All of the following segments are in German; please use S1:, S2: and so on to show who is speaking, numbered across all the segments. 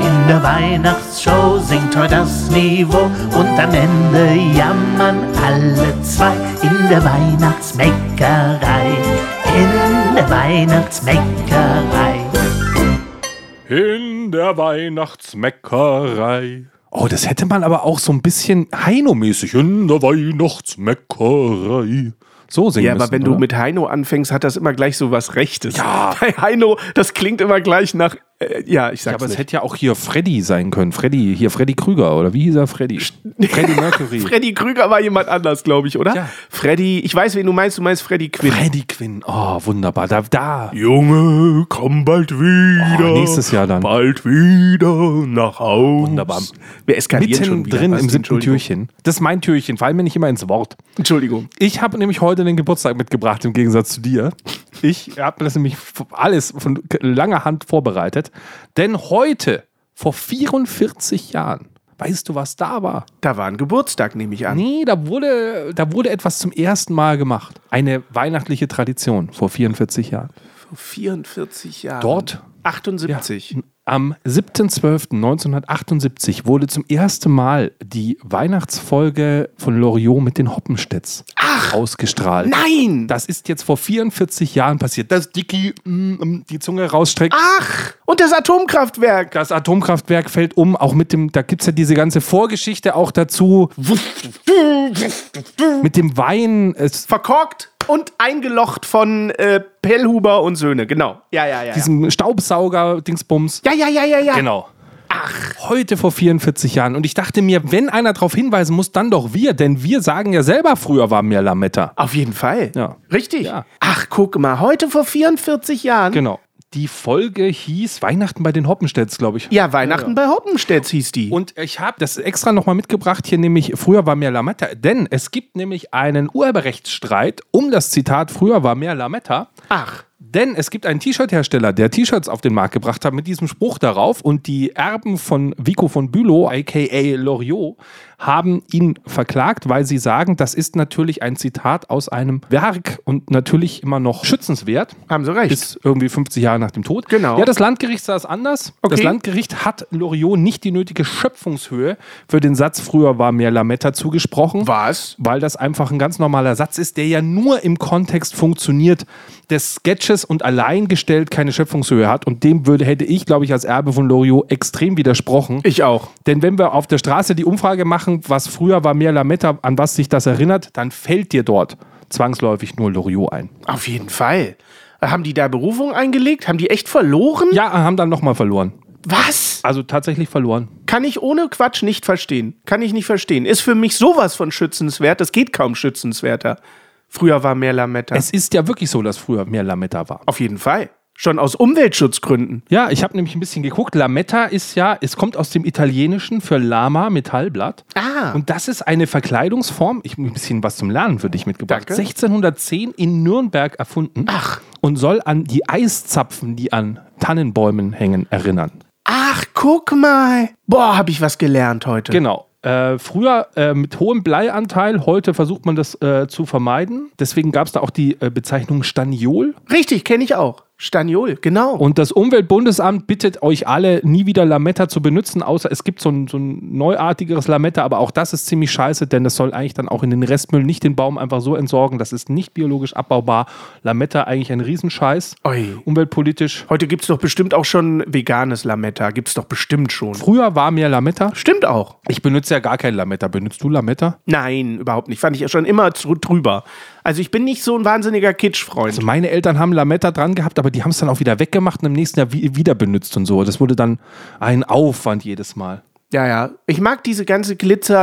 S1: In der Weihnachtsshow singt heute das Niveau und am Ende jammern alle zwei. In der Weihnachtsbäckerei, in der Weihnachtsbäckerei.
S2: In der Weihnachtsmeckerei. Oh, das hätte man aber auch so ein bisschen Heino-mäßig. In der Weihnachtsmeckerei. So singen
S3: Ja, aber
S2: müssen,
S3: wenn du
S2: oder?
S3: mit Heino anfängst, hat das immer gleich so was Rechtes.
S2: Ja.
S3: Bei Heino, das klingt immer gleich nach. Äh, ja, ich
S2: Ja,
S3: sag's
S2: aber es
S3: nicht.
S2: hätte ja auch hier Freddy sein können. Freddy, hier Freddy Krüger, oder wie hieß er Freddy? Freddy Mercury.
S3: Freddy Krüger war jemand anders, glaube ich, oder?
S2: Ja.
S3: Freddy, ich weiß, wen du meinst. Du meinst Freddy Quinn.
S2: Freddy Quinn. Oh, wunderbar. Da, da.
S3: Junge, komm bald wieder.
S2: Oh, nächstes Jahr dann.
S3: Bald wieder nach Hause.
S2: Wunderbar.
S3: Wir eskalieren schon wieder.
S2: Mittendrin
S3: Basti,
S2: im siebten
S3: Entschuldigung.
S2: Türchen. Das ist mein Türchen, fallen mir nicht immer ins Wort.
S3: Entschuldigung.
S2: Ich habe nämlich heute den Geburtstag mitgebracht, im Gegensatz zu dir. Ich habe mir das nämlich f- alles von k- langer Hand vorbereitet. Denn heute, vor 44 Jahren, weißt du, was da war?
S3: Da war ein Geburtstag, nehme ich an.
S2: Nee, da wurde, da wurde etwas zum ersten Mal gemacht. Eine weihnachtliche Tradition vor 44 Jahren.
S3: Vor 44 Jahre.
S2: Dort?
S3: 78.
S2: Am 7.12.1978 wurde zum ersten Mal die Weihnachtsfolge von Loriot mit den Hoppenstedts ausgestrahlt.
S3: Nein!
S2: Das ist jetzt vor 44 Jahren passiert, dass Dicky mm, mm, die Zunge rausstreckt.
S3: Ach! Und das Atomkraftwerk.
S2: Das Atomkraftwerk fällt um, auch mit dem, da gibt es ja diese ganze Vorgeschichte auch dazu. Mit dem Wein, es,
S3: Verkorkt und eingelocht von äh, Pellhuber und Söhne. Genau. Ja, ja, ja. ja.
S2: diesem Staubsauger, Dingsbums.
S3: Ja, ja, ja, ja, ja.
S2: Genau. Ach. Heute vor 44 Jahren. Und ich dachte mir, wenn einer darauf hinweisen muss, dann doch wir. Denn wir sagen ja selber, früher war mehr Lametta.
S3: Auf jeden Fall.
S2: Ja.
S3: Richtig.
S2: Ja.
S3: Ach, guck mal, heute vor 44 Jahren.
S2: Genau. Die Folge hieß Weihnachten bei den Hoppenstedts, glaube ich.
S3: Ja, Weihnachten bei Hoppenstedt hieß die.
S2: Und ich habe das extra nochmal mitgebracht hier, nämlich früher war mehr Lametta. Denn es gibt nämlich einen Urheberrechtsstreit um das Zitat früher war mehr Lametta.
S3: Ach,
S2: Denn es gibt einen T-Shirt-Hersteller, der T-Shirts auf den Markt gebracht hat mit diesem Spruch darauf und die Erben von Vico von Bülow, aka Loriot, haben ihn verklagt, weil sie sagen, das ist natürlich ein Zitat aus einem Werk und natürlich immer noch schützenswert.
S3: haben sie recht.
S2: Bis irgendwie 50 Jahre nach dem Tod.
S3: Genau.
S2: Ja, das Landgericht sah es anders.
S3: Okay.
S2: Das Landgericht hat Loriot nicht die nötige Schöpfungshöhe für den Satz, früher war mehr Lametta zugesprochen.
S3: Was?
S2: Weil das einfach ein ganz normaler Satz ist, der ja nur im Kontext funktioniert des Sketches und alleingestellt keine Schöpfungshöhe hat. Und dem würde, hätte ich, glaube ich, als Erbe von Loriot extrem widersprochen.
S3: Ich auch.
S2: Denn wenn wir auf der Straße die Umfrage machen, was früher war mehr Lametta, an was sich das erinnert, dann fällt dir dort zwangsläufig nur Loriot ein.
S3: Auf jeden Fall. Haben die da Berufung eingelegt? Haben die echt verloren?
S2: Ja, haben dann nochmal verloren.
S3: Was?
S2: Also tatsächlich verloren.
S3: Kann ich ohne Quatsch nicht verstehen. Kann ich nicht verstehen. Ist für mich sowas von schützenswert. Das geht kaum schützenswerter. Früher war mehr Lametta.
S2: Es ist ja wirklich so, dass früher mehr Lametta war.
S3: Auf jeden Fall. Schon aus Umweltschutzgründen.
S2: Ja, ich habe nämlich ein bisschen geguckt. Lametta ist ja, es kommt aus dem Italienischen für Lama, Metallblatt.
S3: Ah.
S2: Und das ist eine Verkleidungsform. Ich habe ein bisschen was zum Lernen für dich mitgebracht.
S3: Danke.
S2: 1610 in Nürnberg erfunden. Ach. Und soll an die Eiszapfen, die an Tannenbäumen hängen, erinnern.
S3: Ach, guck mal. Boah, hab ich was gelernt heute.
S2: Genau. Äh, früher äh, mit hohem Bleianteil, heute versucht man das äh, zu vermeiden. Deswegen gab es da auch die äh, Bezeichnung Staniol.
S3: Richtig, kenne ich auch. Staniol, genau.
S2: Und das Umweltbundesamt bittet euch alle, nie wieder Lametta zu benutzen, außer es gibt so ein, so ein neuartigeres Lametta, aber auch das ist ziemlich scheiße, denn das soll eigentlich dann auch in den Restmüll nicht den Baum einfach so entsorgen. Das ist nicht biologisch abbaubar. Lametta eigentlich ein Riesenscheiß.
S3: Ui.
S2: Umweltpolitisch.
S3: Heute gibt's doch bestimmt auch schon veganes Lametta. Gibt's doch bestimmt schon.
S2: Früher war mir Lametta.
S3: Stimmt auch.
S2: Ich benutze ja gar kein Lametta. Benutzt du Lametta?
S3: Nein, überhaupt nicht. Fand ich ja schon immer zu, drüber. Also ich bin nicht so ein wahnsinniger Kitschfreund.
S2: Also meine Eltern haben Lametta dran gehabt, aber die haben es dann auch wieder weggemacht und im nächsten Jahr wi- wieder benutzt und so. Das wurde dann ein Aufwand jedes Mal.
S3: Ja, ja. Ich mag diese ganze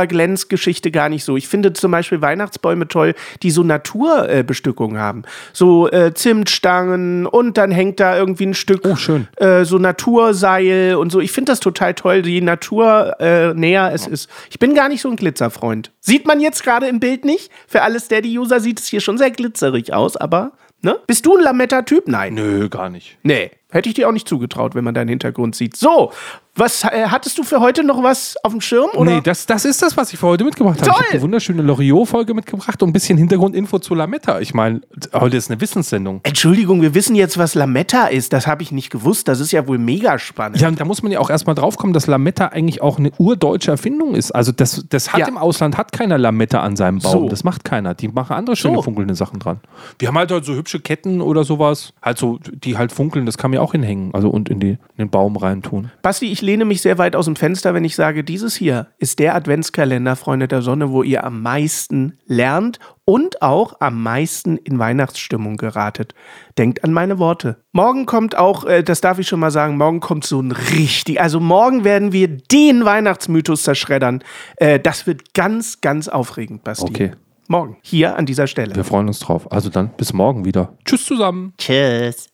S3: Glitzer-Glänz-Geschichte gar nicht so. Ich finde zum Beispiel Weihnachtsbäume toll, die so Naturbestückung äh, Bestückung haben. So äh, Zimtstangen und dann hängt da irgendwie ein Stück
S2: Oh, schön.
S3: Äh, so Naturseil und so. Ich finde das total toll, je naturnäher äh, näher es ist. Ich bin gar nicht so ein Glitzerfreund. Sieht man jetzt gerade im Bild nicht. Für alle Steady-User sieht es hier schon sehr glitzerig aus, aber ne? Bist du ein Lametta-Typ? Nein.
S2: Nö, gar nicht.
S3: Nee, hätte ich dir auch nicht zugetraut, wenn man deinen Hintergrund sieht. So, was äh, hattest du für heute noch was auf dem Schirm? Oder?
S2: Nee, das, das ist das, was ich für heute mitgebracht habe.
S3: Toll!
S2: Ich habe eine wunderschöne Loriot-Folge mitgebracht und ein bisschen Hintergrundinfo zu Lametta. Ich meine, heute ist eine Wissenssendung.
S3: Entschuldigung, wir wissen jetzt, was Lametta ist. Das habe ich nicht gewusst. Das ist ja wohl mega spannend.
S2: Ja, und da muss man ja auch erstmal drauf kommen, dass Lametta eigentlich auch eine urdeutsche Erfindung ist. Also das, das hat
S3: Ja.
S2: im Ausland hat keiner Lametta an seinem Baum.
S3: So.
S2: Das macht keiner. Die machen andere schöne
S3: So.
S2: funkelnde Sachen dran. Wir haben halt, halt so hübsche Ketten oder sowas, halt so, die halt funkeln, das kann man ja auch hinhängen. Also und in, die, in den Baum reintun.
S3: Basti, ich lehne mich sehr weit aus dem Fenster, wenn ich sage, dieses hier ist der Adventskalender, Freunde der Sonne, wo ihr am meisten lernt und auch am meisten in Weihnachtsstimmung geratet. Denkt an meine Worte. Morgen kommt auch, äh, das darf ich schon mal sagen, morgen kommt so ein richtig, also morgen werden wir den Weihnachtsmythos zerschreddern. Äh, das wird ganz, ganz aufregend, Basti.
S2: Okay.
S3: Morgen, hier an dieser Stelle.
S2: Wir freuen uns drauf. Also dann bis morgen wieder. Tschüss zusammen.
S1: Tschüss.